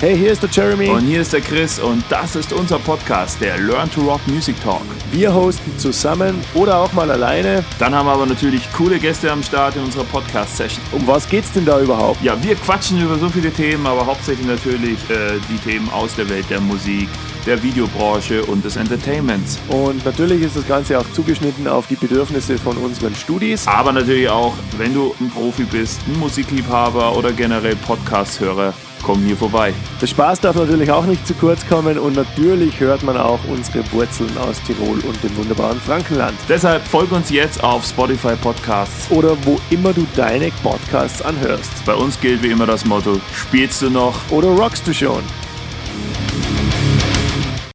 Hey, hier ist der Jeremy. Und hier ist der Chris und das ist unser Podcast, der Learn to Rock Music Talk. wir hosten zusammen oder auch mal alleine. Dann haben wir aber natürlich coole Gäste am Start in unserer Podcast-Session. Um was geht's denn da überhaupt? Ja, wir quatschen über so viele Themen, aber hauptsächlich natürlich äh, die Themen aus der Welt der Musik, der Videobranche und des Entertainments. Und natürlich ist das Ganze auch zugeschnitten auf die Bedürfnisse von unseren Studis. Aber natürlich auch, wenn du ein Profi bist, ein Musikliebhaber oder generell Podcast-Hörer, komm hier vorbei. Der Spaß darf natürlich auch nicht zu kurz kommen und natürlich hört man auch unsere Wurzeln aus Tirol und dem wunderbaren Frankenland. Deshalb folg uns jetzt auf Spotify Podcasts. Oder wo immer du deine Podcasts anhörst. Bei uns gilt wie immer das Motto, spielst du noch? Oder rockst du schon?